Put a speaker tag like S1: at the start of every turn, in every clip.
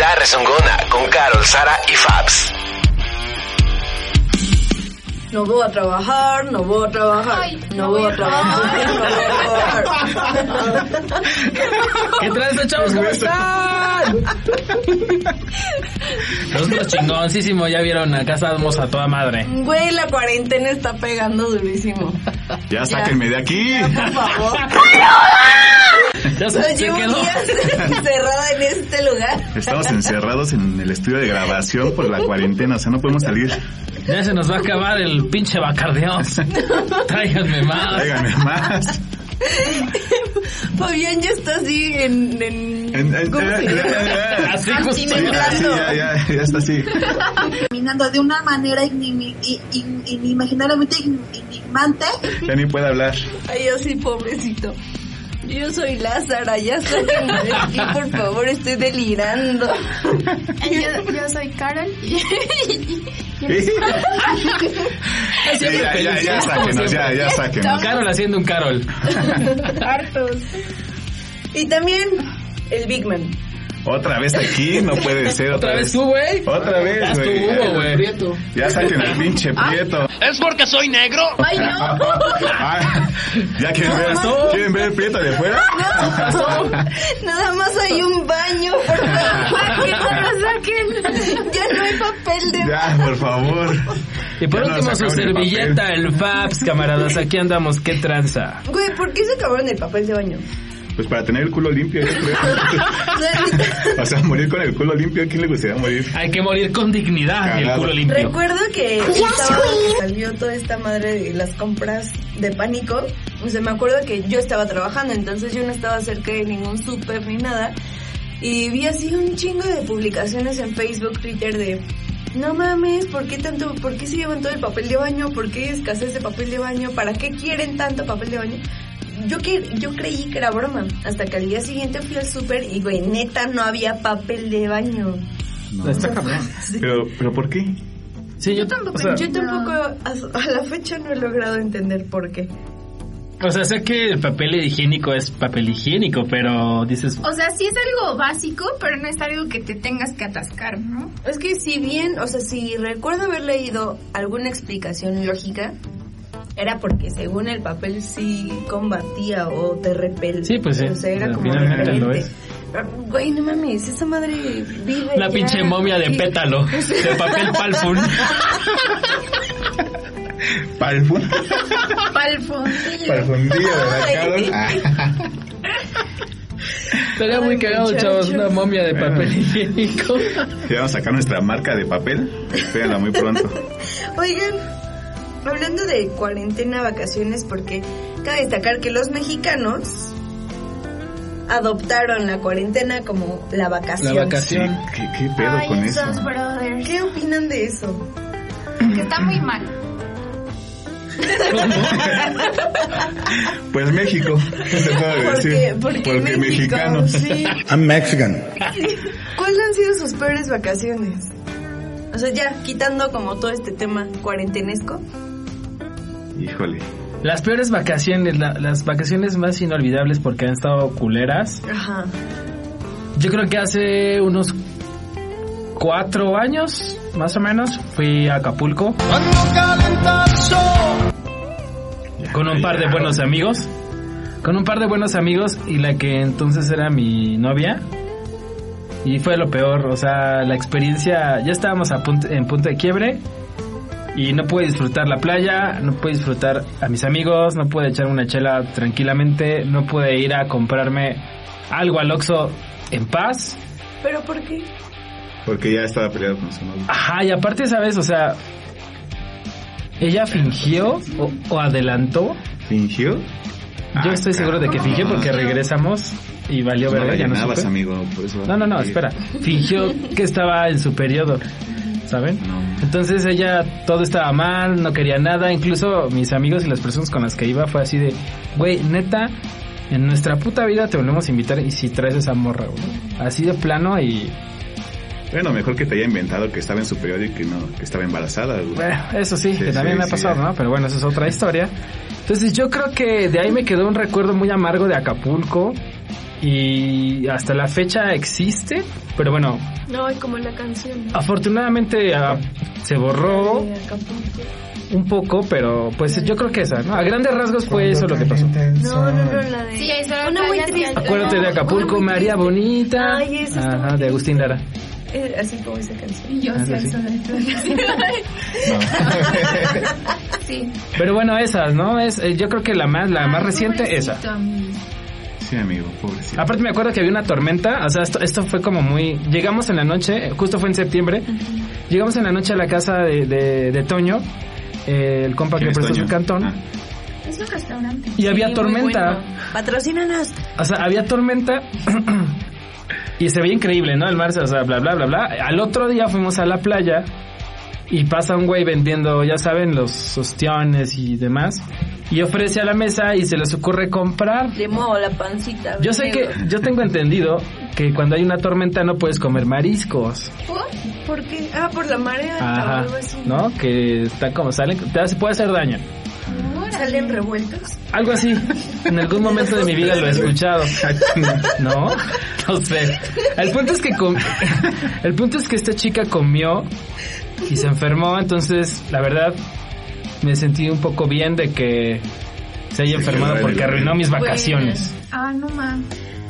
S1: La Rezongona con Carol, Sara y Fabs.
S2: No voy a trabajar, no voy a trabajar, no voy a trabajar, no voy a trabajar.
S3: ¿Qué traes, chavos? ¿Cómo están? Nosotros chingoncísimo, ya vieron, acá estamos a toda madre.
S2: Güey, la cuarentena está pegando durísimo.
S4: Ya sáquenme de aquí.
S2: Por favor.
S3: Ya se,
S2: Yo
S3: se
S2: llevo
S3: quedó.
S2: días encerrada en este lugar.
S4: Estamos encerrados en el estudio de grabación por la cuarentena, o sea, no podemos salir.
S3: Ya se nos va a acabar el pinche bacardeón. Tráiganme más.
S4: Háganme más.
S2: Fabián ya está así en... en-
S4: En- en-
S2: ¿Cómo se
S4: eh,
S2: llama?
S4: eh, eh.
S3: Así justo.
S4: Sí, así, ya, ya, ya está así.
S5: caminando de una manera ignimi- i- in- inimaginablemente ign- enigmante.
S4: Ya ni puede hablar.
S2: Ay, yo sí, pobrecito. Yo soy Lázara, ya sáquenme de aquí, por favor, estoy delirando.
S6: Yo, yo soy Carol y,
S4: Sí, ya, ya, ya sáquenos, ya, ya sáquenos.
S3: Carol haciendo un Carol.
S6: hartos.
S2: Y también el Big Man.
S4: Otra vez aquí, no puede ser.
S3: Otra vez tú, güey. Ya
S4: Otra vez,
S3: estuvo,
S4: güey.
S3: güey.
S4: Ya saquen al pinche prieto.
S1: ¿Es porque soy negro?
S6: Ay, no.
S4: Ah, ya quieren ver, quieren ver el prieto de fuera.
S2: Nada más hay un baño, por favor, que no lo saquen. Ya no hay papel de
S4: Ya, por favor.
S3: Y por
S4: Ya nos
S3: último su
S4: sacaron el
S3: servilleta, el Fabs, camaradas. Aquí andamos, qué tranza.
S2: Güey, ¿por qué se acabaron el papel de baño?
S4: Pues para tener el culo limpio, yo creo.
S2: O sea, neta,
S4: O sea, morir con el culo limpio, ¿a quién le gustaría morir?
S3: Hay que morir con dignidad y el
S4: Cagado.
S3: culo limpio.
S2: recuerdo que el sábado que salió toda esta madre de las compras de pánico. O sea, me acuerdo que yo estaba trabajando, entonces yo no estaba cerca de ningún súper ni nada. Y vi así un chingo de publicaciones en Facebook, Twitter de... No mames, ¿por qué tanto? ¿Por qué se llevan todo el papel de baño? ¿Por qué hay escasez de papel de baño? ¿Para qué quieren tanto papel de baño? Yo que yo creí que era broma, hasta que al día siguiente fui al súper y güey, neta no había papel de baño.
S3: Está cabrón.
S4: Pero, pero ¿por qué?
S3: Sí, yo
S2: Tampoco,
S3: o sea,
S2: yo tampoco a, a la fecha no he logrado entender por qué.
S3: O sea, sé que el papel higiénico es papel higiénico, pero dices,
S6: O sea, sí es algo básico, pero no es algo que te tengas que atascar, ¿no?
S2: Es que si bien, o sea, si recuerdo haber leído alguna explicación lógica, era porque según el papel sí combatía o te repelía.
S3: Sí, pues sí.
S2: O sea,
S3: Al
S2: era como
S3: final
S4: lo
S2: repelente.
S3: es.
S2: Pero, Güey, no mames, esa madre vive
S3: la
S2: ya
S3: pinche momia de
S2: aquí.
S3: pétalo, de papel palfun.
S4: Para el fun-
S6: Palfondillo.
S4: para el fundillo, ¿verdad, Carol? Ah,
S3: Estaría muy
S2: Ay,
S3: cagado,
S2: muchachos.
S3: chavos, una momia de papel higiénico.
S4: ya vamos a sacar nuestra marca de papel. Espérenla muy pronto.
S2: Oigan, hablando de cuarentena, vacaciones, porque cabe destacar que los mexicanos adoptaron la cuarentena como la
S3: La
S2: vacación.
S4: Sí,
S3: vacación.
S4: ¿qué, qué pedo
S6: Ay,
S4: con eso?
S6: esos brothers.
S2: ¿Qué opinan de eso?
S6: Que está muy mal.
S4: Pues México, ¿qué te puedo
S2: Porque,
S4: decir?
S2: porque,
S4: Porque
S2: México,
S4: mexicano.
S2: sí.
S7: I'm Mexican.
S2: ¿Cuáles han sido sus peores vacaciones? O sea, ya quitando como todo este tema cuarentenesco.
S4: Híjole.
S3: Las peores vacaciones, la- las vacaciones más inolvidables porque han estado culeras.
S2: Ajá.
S3: Yo creo que hace unos cuatro años, más o menos, fui a Acapulco. Con un par de buenos amigos. Con un par de buenos amigos y la que entonces era mi novia. Y fue lo peor, o sea, la experiencia, ya estábamos a punto- en punto de quiebre. Y no pude disfrutar la playa, no pude disfrutar a mis amigos, no pude echar una chela tranquilamente, no pude ir a comprarme algo al Oxxo en paz.
S2: ¿Pero por qué?
S4: Porque ya estaba peleado con su novio.
S3: Ajá, y aparte, ¿sabes? O sea, ella fingió o, o adelantó.
S4: ¿Fingió?
S3: Yo estoy seguro de que fingió porque regresamos y valió
S4: Ah, no
S3: verga,
S4: la
S3: ya no
S4: llenabas,
S3: supe.
S4: amigo. por eso-
S3: No, no, no, espera. Fingió que estaba en su periodo, ¿saben?
S4: No.
S3: Entonces ella todo estaba mal, no quería nada, incluso mis amigos y las personas con las que iba fue así de, güey, neta, en nuestra puta vida te volvemos a invitar y si traes esa morra, güey. Así de plano y
S4: Bueno, mejor que te haya inventado que estaba en su periodo y que no, que estaba embarazada, güey.
S3: Bueno, eso sí,
S4: Sí,
S3: que también
S4: sí,
S3: me ha
S4: sí,
S3: pasado,
S4: ya.
S3: ¿no? Pero bueno, esa es otra historia. Entonces yo creo que de ahí me quedó un recuerdo muy amargo de Acapulco y hasta la fecha existe, pero bueno,
S7: No, y como la canción.
S3: afortunadamente ah, se borró un poco, pero pues yo creo que esa, ¿no? A grandes rasgos fue eso lo que pasó.
S7: No, no, no, la de.
S6: Sí, ahí está la
S7: Una muy
S6: playa,
S7: triste.
S6: sí,
S3: Acuérdate de Acapulco, María Bonita.
S7: Ay, esa está
S3: Ajá, de Agustín Lara.
S2: Eh, Así como esa canción.
S6: Y yo
S3: Ah,
S6: sí,
S3: sí.
S6: ahí está la- Sí.
S3: Pero bueno, esas, ¿no? Es, eh, yo creo que la más,
S7: Ah,
S3: la más
S6: Ay,
S3: reciente, esa.
S6: pobrecito, amigo.
S4: Sí, amigo, pobrecito.
S3: Aparte me acuerdo que había una tormenta, o sea, esto, esto fue como muy... Llegamos en la noche, justo fue en septiembre, llegamos en la noche a la casa de, de- de Toño, eh, el compa que
S4: ¿Quién
S3: le
S4: es
S3: prestó su
S4: Toño?
S3: cantón,
S4: Ah.
S6: Es un restaurante.
S3: y había
S7: muy
S3: tormenta,
S7: bueno.
S2: Patrocínanos.
S3: o sea, había tormenta y se veía increíble, ¿no? El mar, o sea, bla, bla, bla, bla. Al otro día fuimos a la playa y pasa un güey vendiendo, ya saben, los ostiones y demás, y ofrece a la mesa y se les ocurre comprar.
S2: Le muevo la pancita.
S3: Yo sé que,
S2: negro.
S3: yo tengo entendido que cuando hay una tormenta no puedes comer mariscos.
S2: ¿Por? ¿Por qué? Ah, por la marea. o
S3: Ajá.
S2: algo así.
S3: ¿No? Que está como salen, te hace, puede hacer daño.
S2: Salen revueltos.
S3: Algo así. En algún momento de mi vida lo he escuchado. ¿No? No sé. El punto es que com- el punto es que esta chica comió y se enfermó, entonces la verdad me sentí un poco bien de que se haya
S4: Se quedó
S3: enfermado
S4: en
S3: porque
S4: el-
S3: arruinó mis vacaciones.
S6: Ah, no mames.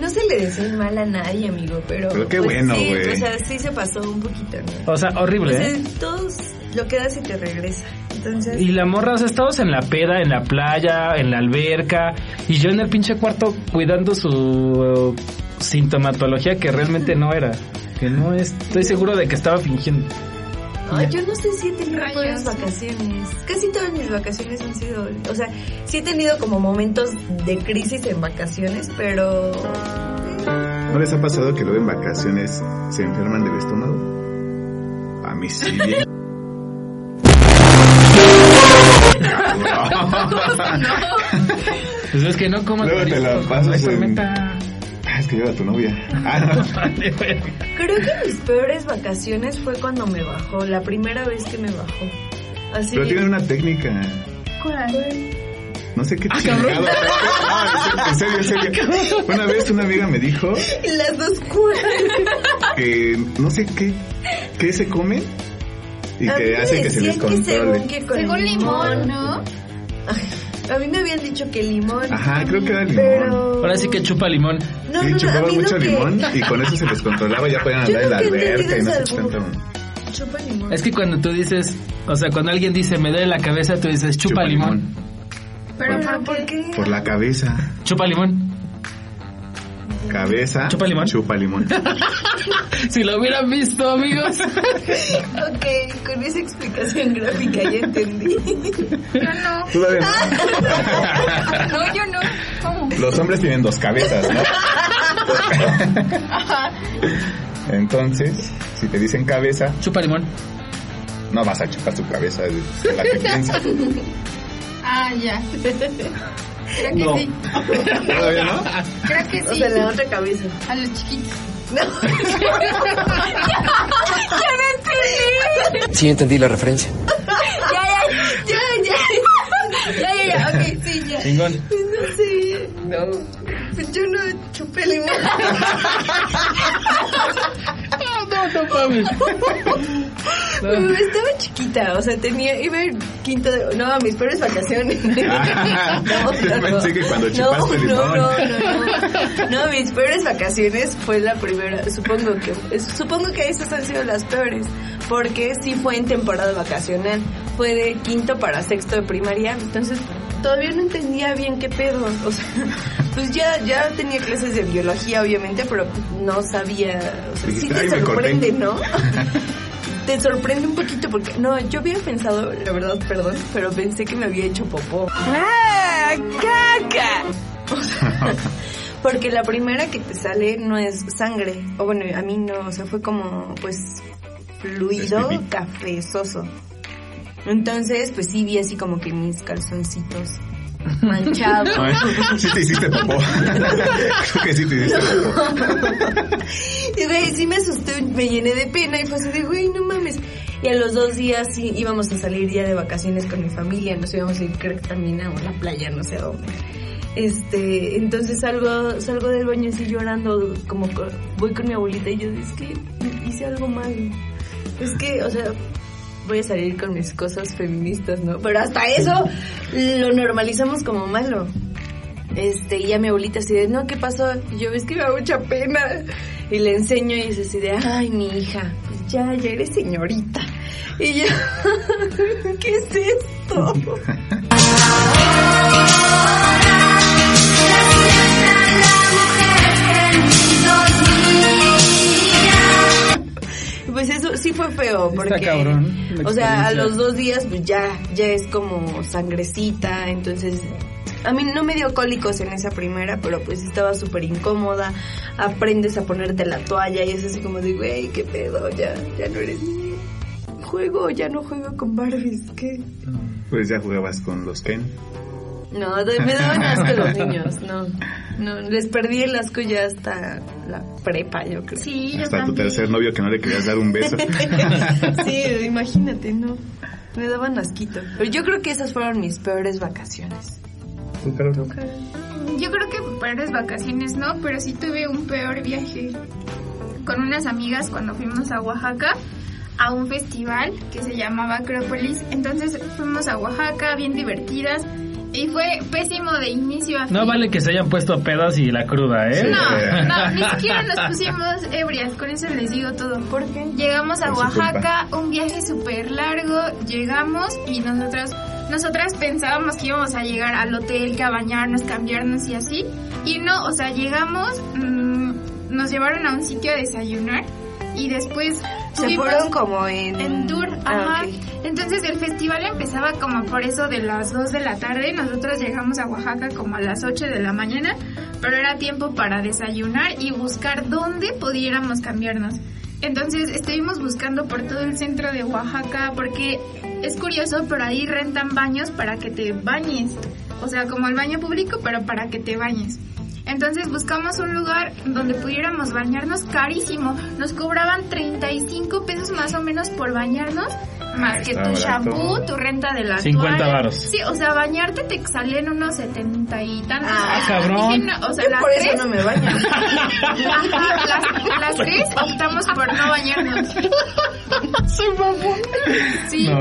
S2: No se le desee mal a nadie, amigo, pero. pues
S4: Pero qué bueno,
S2: sí,
S4: güey.
S2: O sea, sí se pasó un poquito, ¿no?
S3: O sea, horrible. ¿eh?
S2: Entonces, todos lo quedas y te regresa. Entonces.
S3: Y la morra, o sea, estábamos en la peda, en la playa, en la alberca, y yo en el pinche cuarto cuidando su eh, sintomatología que realmente no era. Que no es- estoy seguro de que estaba fingiendo.
S2: Ay, yo no sé si he tenido
S6: Rayos.
S2: buenas vacaciones. Casi todas mis vacaciones han sido, o sea, sí he tenido como momentos de crisis en vacaciones, pero
S4: ¿No les ha pasado que luego en vacaciones se enferman del estómago? A mí sí. bien.
S3: Pues es que no como
S4: Luego te la pasas en- Ah, es que yo era tu novia. Ah, no.
S2: creo que mis peores vacaciones fue cuando me bajó, la primera vez que me bajó. Así
S4: Pero tienen una técnica. No sé qué chingado. Ah, en serio, en serio. en
S3: Ah,
S4: serio. Una vez una amiga me dijo
S2: Y las dos curas.
S4: que no sé qué, qué se come y
S2: A mí
S4: que
S2: me
S4: hace que se les
S2: decían
S4: controle.
S2: según que con
S6: Según limón, ¿no?
S2: A mí me habían dicho que limón.
S4: Ajá, creo que era limón.
S2: Pero...
S3: Ahora sí que chupa limón.
S2: No,
S4: y
S2: no, no, a
S4: chupaban
S2: mí
S4: mucho
S2: lo que-
S4: limón y con eso se les controlaba. Ya podían
S2: Yo
S4: andar en la
S2: nunca he entendido
S4: alberca y no sé
S2: ese
S4: qué
S2: albur.
S4: tanto.
S2: Chupa limón.
S3: Es que cuando tú dices, o sea, cuando alguien dice me duele la cabeza, tú dices chupa, limón.
S6: Pero
S2: Pero,
S6: ¿por
S2: ¿por qué?
S4: Por la cabeza.
S3: Chupa limón.
S4: Cabeza.
S3: ¿Chupa limón?
S4: Chupa limón.
S3: Si lo hubieran visto, amigos.
S2: Ok, con esa explicación gráfica ya entendí.
S6: Yo no.
S4: Todavía no.
S2: Ah.
S6: No, yo no. ¿Cómo?
S4: Los hombres tienen dos cabezas, ¿no? Entonces, si te dicen cabeza,
S3: chupa limón.
S4: no vas a chupar tu cabeza de la que piensa.
S6: Ah, ya. Creo que sí.
S4: ¿Todavía no?
S6: Creo que
S2: O
S6: sí.
S2: sea, la otra cabeza.
S6: A los chiquitos.
S1: Sí, entendí la referencia.
S2: Ya, ya. Ya, ya, ya. Ok, sí, ya.
S3: Chingón.
S2: Pues no sé. No. Pues yo no chupé limón. Pero Estaba chiquita, o sea, tenía. Iba en quinto de. No, a mis peores vacaciones.
S4: Ah, yo pensé que cuando chupaste
S2: no,
S4: limón.
S2: No, no, no. No, mis peores vacaciones fue la primera. Supongo que. es- Supongo que esas han sido las peores. Porque sí fue en temporada vacacional. Fue de quinto para sexto de primaria. Entonces. Todavía no entendía bien qué pedo, o sea, pues ya, ya tenía clases de biología obviamente, pero no sabía, o sea, sí
S4: Dijiste,
S2: te
S4: "Ay, me corté".
S2: sorprende, ¿no? Te sorprende un poquito porque no, yo había pensado, la verdad, perdón, pero pensé que me había hecho popó. ¡Ah, caca! O sea, Porque la primera que te sale no es sangre. O bueno, a mí no, o sea, fue como, pues, fluido
S4: Es pipí.
S2: cafezoso. Entonces, pues sí vi así como que mis calzoncitos manchados.
S4: Ay, sí te hiciste popó. Creo que sí te hiciste popó.
S2: Y güey, sí me asusté, me llené de pena y fue así de, güey, no mames. Y a los dos días sí, íbamos a salir ya de vacaciones con mi familia, nos íbamos a ir creo que también a una playa, no sé a dónde. Este, entonces salgo, salgo del baño así llorando, como co- voy con mi abuelita y yo, es que hice algo mal. Es que, o sea, voy a salir con mis cosas feministas, ¿no? Pero hasta eso lo normalizamos como malo. Este, y a mi abuelita así de, no, ¿qué pasó? Y yo, es que me da mucha pena. Y le enseño y es así de, ay, mi hija, pues ya, ya eres señorita. Y yo, ¿qué es esto? Pues eso sí fue feo, porque...
S3: Está cabrón. la
S2: O sea, a
S3: experiencia.
S2: los dos días, pues ya, ya es como sangrecita, entonces... A mí no me dio cólicos en esa primera, pero pues estaba súper incómoda. Aprendes a ponerte la toalla y es así como de, güey, qué pedo, ya, ya no eres niña. Juego, ya no juego con Barbies, ¿qué?
S4: Pues ya jugabas con los Ken.
S2: No, de- me daban asco los niños, no. No, les perdí el asco ya hasta la prepa, yo creo.
S6: Sí, yo
S4: Hasta tu
S6: también.
S4: tercer novio que no le querías dar un beso.
S2: sí, imagínate, no. Me daban asquito. Pero yo creo que esas fueron mis peores vacaciones.
S4: ¿Tú, Carol?
S6: Yo creo que peores vacaciones no, pero sí tuve un peor viaje con unas amigas cuando fuimos a Oaxaca a un festival que se llamaba Acrópolis. Entonces fuimos a Oaxaca bien divertidas y fue pésimo de inicio a fin.
S3: No vale que se hayan puesto pedas y la cruda, ¿eh?
S4: Sí.
S6: No, no, ni siquiera nos pusimos ebrias, con eso les digo todo. ¿Por qué? Llegamos a
S4: Por su culpa.
S6: Oaxaca, un viaje súper largo, llegamos y nosotros, nosotras pensábamos que íbamos a llegar al hotel, que a bañarnos, cambiarnos y así. Y no, o sea, llegamos, mm, nos llevaron a un sitio a desayunar y después...
S2: Se
S6: tuvimos-
S2: fueron como en...
S6: pues, en tour,
S2: Ah,
S6: ajá.
S2: ok.
S6: Entonces el festival empezaba como por eso de las 2 de la tarde. Nosotros llegamos a Oaxaca como a las 8 de la mañana, pero era tiempo para desayunar y buscar dónde pudiéramos cambiarnos. Entonces estuvimos buscando por todo el centro de Oaxaca porque es curioso, pero ahí rentan baños para que te bañes. O sea, como el baño público, pero para que te bañes. Entonces buscamos un lugar donde pudiéramos bañarnos carísimo. Nos cobraban 35 pesos más o menos por bañarnos,
S2: Ah,
S6: más que tu
S4: está barato.
S6: shampoo, tu renta de la
S3: 50
S6: toalla.
S3: varos.
S6: Sí, o sea, bañarte te salían unos 70 y tantos.
S2: Ah,
S3: cabrón.
S6: Dije, no, o sea,
S2: Yo
S6: las
S2: por eso
S6: tres,
S2: no me baño.
S6: ajá, las, las tres optamos por no bañarnos. Sí.
S3: No.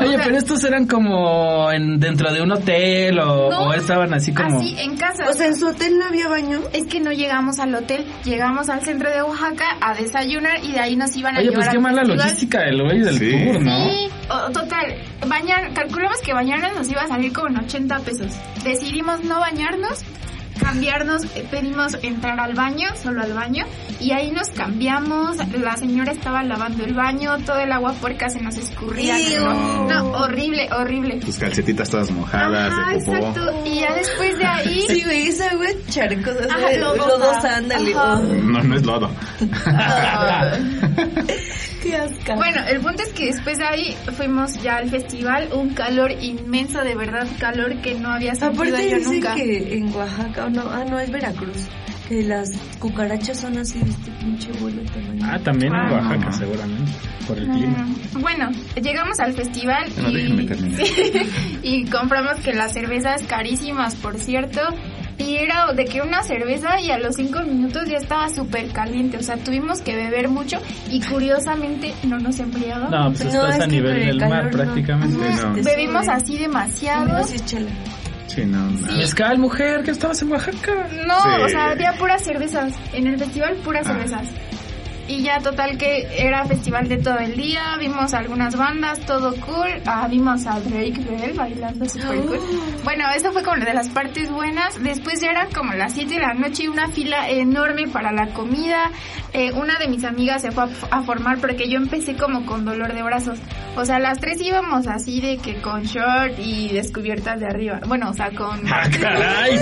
S3: Oye, pero estos eran como en, dentro de un hotel o,
S6: No,
S3: o estaban así como...
S6: Así, en casa.
S2: O sea, en su hotel no había baño.
S6: es que no llegamos al hotel, llegamos al centro de Oaxaca a desayunar y de ahí nos iban a
S3: Oye,
S6: llevar
S3: pues qué
S6: al
S3: mala
S6: festival.
S3: logística del güey del
S4: Sí.
S3: tour, ¿no?
S6: Sí, o- total, bañar, calculamos que bañarnos nos iba a salir como en 80 pesos. Decidimos no bañarnos, cambiarnos, eh, pedimos entrar al baño, solo al baño, y ahí nos cambiamos, la señora estaba lavando el baño, todo el agua puerca se nos escurría. No, No, horrible, horrible.
S4: Tus calcetitas todas
S3: Ah,
S4: mojadas
S6: Ajá,
S4: de popó.
S6: exacto. Y ya después de ahí...
S2: Sí, güey, esa agua es charco, o sea,
S6: Ajá, lodosa.
S2: lodosa, ándale.
S6: Ajá.
S2: oh,
S4: No, no es lodo.
S6: ah,
S2: qué asco.
S6: Bueno, el punto es que después de ahí fuimos ya al festival, un calor inmenso, de verdad, calor que no había sentido
S2: aparte
S6: yo
S2: dicen
S6: nunca.
S2: que en Oaxaca, o no, ah, no, es Veracruz, que las cucarachas son así de este pinche vuelo tamaño.
S3: Ah, también en
S6: Ah.
S3: Oaxaca, seguramente, por el clima.
S6: Mm, Bueno, llegamos al festival
S4: No, déjenme
S6: y,
S4: terminar.
S6: y compramos que las cervezas carísimas, por cierto. Y era de que una cerveza y a los cinco minutos ya estaba súper caliente. O sea, tuvimos que beber mucho y curiosamente no nos embriagamos.
S3: No, pues
S2: No,
S3: estás
S2: es
S3: a
S2: que
S3: nivel
S2: por el
S3: del mar
S2: calor, no.
S3: prácticamente.
S4: Sí, no.
S6: Bebimos así demasiado.
S2: No, sí, chela.
S4: Sí, no, no.
S3: Mezcal, mujer, que estabas en Oaxaca.
S6: No,
S4: Sí.
S6: o sea, había puras cervezas. En el festival, puras
S4: Ah.
S6: cervezas. Y ya total que era festival de todo el día, vimos algunas bandas, todo cool. Ah, vimos a Drake Bell bailando super cool. Bueno, eso fue como de las partes buenas. Después ya eran como las 7 de la noche y una fila enorme para la comida. Eh, una de mis amigas se fue a, a formar porque yo empecé como con dolor de brazos. O sea, las tres íbamos así de que con short y descubiertas de arriba. Bueno, o sea, con...
S3: ¡Ah, caray!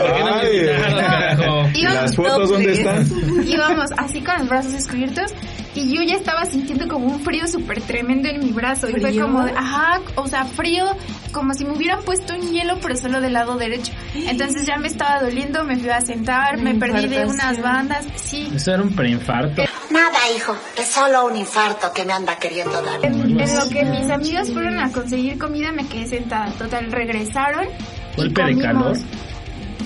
S3: ¿Por qué no me
S4: Ay.
S3: invitaron, carajo?
S6: Íbamos
S4: ¿Las fotos dónde están?
S6: íbamos así con los brazos descubiertos y yo ya estaba sintiendo como un frío súper tremendo en mi brazo y fue
S2: ¿Frío?
S6: como, de, ajá, o sea, frío, como si me hubieran puesto un hielo pero solo del lado derecho. Entonces ya me estaba doliendo, me fui a sentar, me perdí de unas bandas, sí.
S3: Eso era un preinfarto.
S8: Nada, hijo, es solo un infarto que me anda queriendo dar.
S6: En, en lo que mis amigas fueron a conseguir comida me quedé sentada, total, regresaron. y
S3: Golpe de
S6: comimos.
S3: calor.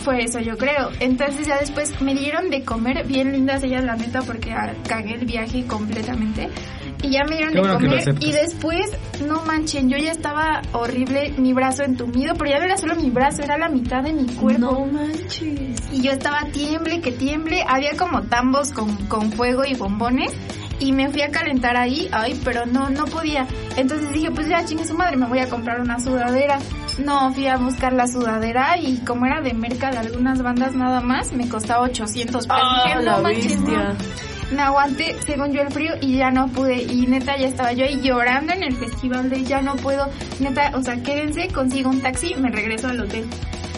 S6: Fue eso, yo creo. Entonces ya después me dieron de comer, bien lindas ellas, la neta, porque ah, cagué el viaje completamente. Y ya me dieron
S3: Qué
S6: de
S3: bueno que lo
S6: comer.
S3: aceptas.
S6: Y después, no manchen, yo ya estaba horrible, mi brazo entumido, pero ya no era solo mi brazo, era la mitad de mi cuerpo.
S7: No manches.
S6: Y yo estaba tiemble, que tiemble. Había como tambos con, con fuego y bombones. Y me fui a calentar ahí, ay, pero no, no podía. Entonces dije, pues ya chingue su madre, me voy a comprar una sudadera. No, fui a buscar la sudadera y como era de merca de algunas bandas nada más, me costaba 800 pesos.
S2: Ah,
S6: Dije, no manches, no. Me aguanté, según yo, el frío y ya no pude. Y neta, ya estaba yo ahí llorando en el festival de ya no puedo. Neta, o sea, quédense, consigo un taxi, me regreso al hotel.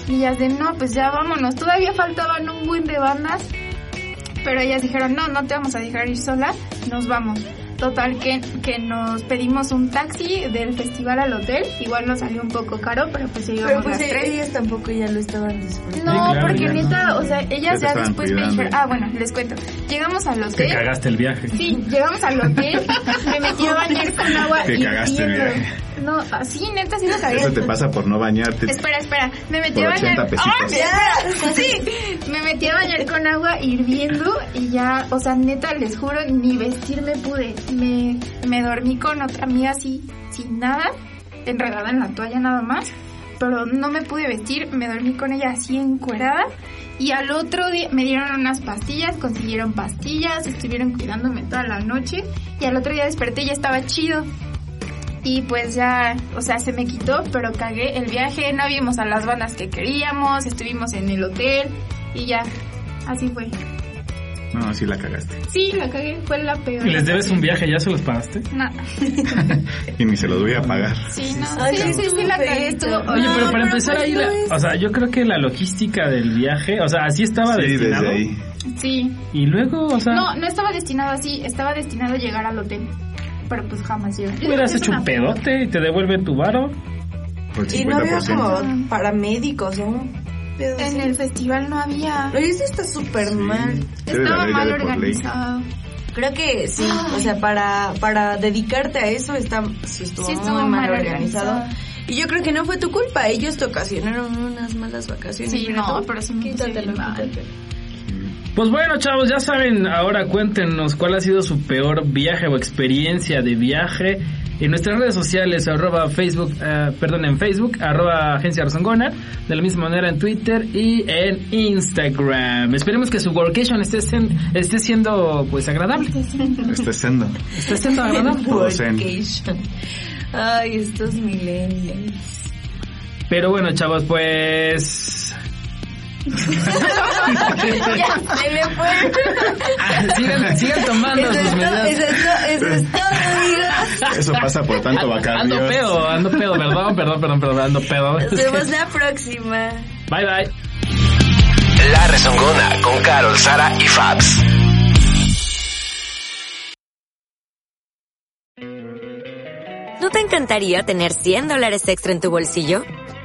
S6: Y ellas de, no, pues ya vámonos. Todavía faltaban un buen de bandas. Pero ellas dijeron, no, no te vamos a dejar ir sola, nos vamos. Total que, que nos pedimos un taxi del festival al hotel. Igual nos salió un poco caro, pero pues
S2: Pero
S6: íbamos
S2: pues
S6: las tres.
S2: ellas tampoco ya lo estaban disfrutando.
S6: No,
S3: Sí, claro,
S6: porque
S3: ya no.
S6: neta, o sea, ellas
S4: te
S6: ya
S4: estaban
S6: después me
S4: cuidando.
S6: dijeron, ah, bueno, les cuento. Llegamos al
S3: Que
S6: hotel.
S3: cagaste el viaje.
S6: Sí, llegamos al hotel, me metí a bañar con agua
S4: Te cagaste,
S6: hirviendo.
S4: mira.
S6: No, así neta, sí lo cagué.
S4: Eso te pasa por no bañarte.
S6: Espera, espera, me
S4: Este,
S6: metí
S4: Por
S6: a bañar.
S4: 80 pesitos.
S6: ¡Ah, ya! Sí, me metí a bañar con agua hirviendo y ya, o sea, neta, les juro, ni vestirme pude. Me, me dormí con otra amiga así, sin nada, enredada en la toalla nada más, pero no me pude vestir, me dormí con ella así encuerada. Y al otro día me dieron unas pastillas, consiguieron pastillas, estuvieron cuidándome toda la noche. Y al otro día desperté y ya estaba chido. Y pues ya, o sea, se me quitó, pero cagué el viaje, no vimos a las bandas que queríamos, estuvimos en el hotel y ya, así fue.
S4: No, sí la cagaste.
S6: Sí, la cagué, fue la peor.
S3: ¿Les debes un viaje? ¿Ya se los pagaste?
S6: Nada.
S4: Y ni se los voy a pagar.
S6: Sí, no.
S2: Ay,
S6: sí, sí, sí, la cagué, estuvo.
S2: estuvo
S3: Oye,
S6: No,
S3: pero para empezar
S2: pues
S3: ahí,
S2: no
S3: la-
S2: es-
S3: o sea, yo creo que la logística del viaje, o sea, así estaba
S4: Sí,
S3: destinado.
S4: desde ahí.
S6: Sí.
S3: Y luego, o sea,
S6: No, no estaba destinado así, estaba destinado a llegar al hotel. Pero pues jamás llegó.
S3: hubieras
S6: Es
S3: hecho
S6: una
S3: un
S6: pena.
S3: pedote y te devuelven tu varo.
S4: Por
S2: Y no había
S4: 50%.
S2: como paramédicos, ¿no? Pero
S6: En el festival no había.
S2: eso está súper mal.
S4: Debe de
S6: Estaba
S4: haber ya
S6: mal
S4: de por ley.
S6: organizado.
S2: Creo que sí, o sea, para, para dedicarte a eso está, sí estuvo,
S6: Sí, estuvo
S2: muy mal
S6: mal
S2: organizado.
S6: organizado.
S2: Y yo creo que no fue tu culpa, ellos te ocasionaron unas malas vacaciones.
S6: Sí, no, pero sí me puse
S2: quítatelo,
S6: bien mal.
S2: quítatelo.
S3: Pues bueno, chavos, ya saben, ahora cuéntenos cuál ha sido su peor viaje o experiencia de viaje en nuestras redes sociales, arroba Facebook, eh, perdón, en Facebook, arroba Agencia Arzongona, de la misma manera en Twitter y en Instagram. Esperemos que su workation esté, sen- esté siendo, pues, agradable.
S4: Está siendo.
S3: Esté siendo agradable.
S4: Todo zen.
S2: Vacation. Ay, estos millennials.
S3: Pero bueno, chavos, pues...
S2: ya, se le fue.
S3: ah, sigan, sigan tomando
S2: Eso
S3: sus
S2: es todo, eso es
S3: medidas.
S2: todo, eso es todo, amigos.
S4: Eso pasa por tanto
S3: Ando
S4: bacardio.
S3: pedo, ando pedo, perdón, perdón, perdón, perdón, ando pedo.
S2: Nos vemos la próxima.
S3: Bye, bye.
S1: La Rezongona con Carol, Sara y Fabs.
S9: ¿No te encantaría tener 100 dólares extra en tu bolsillo?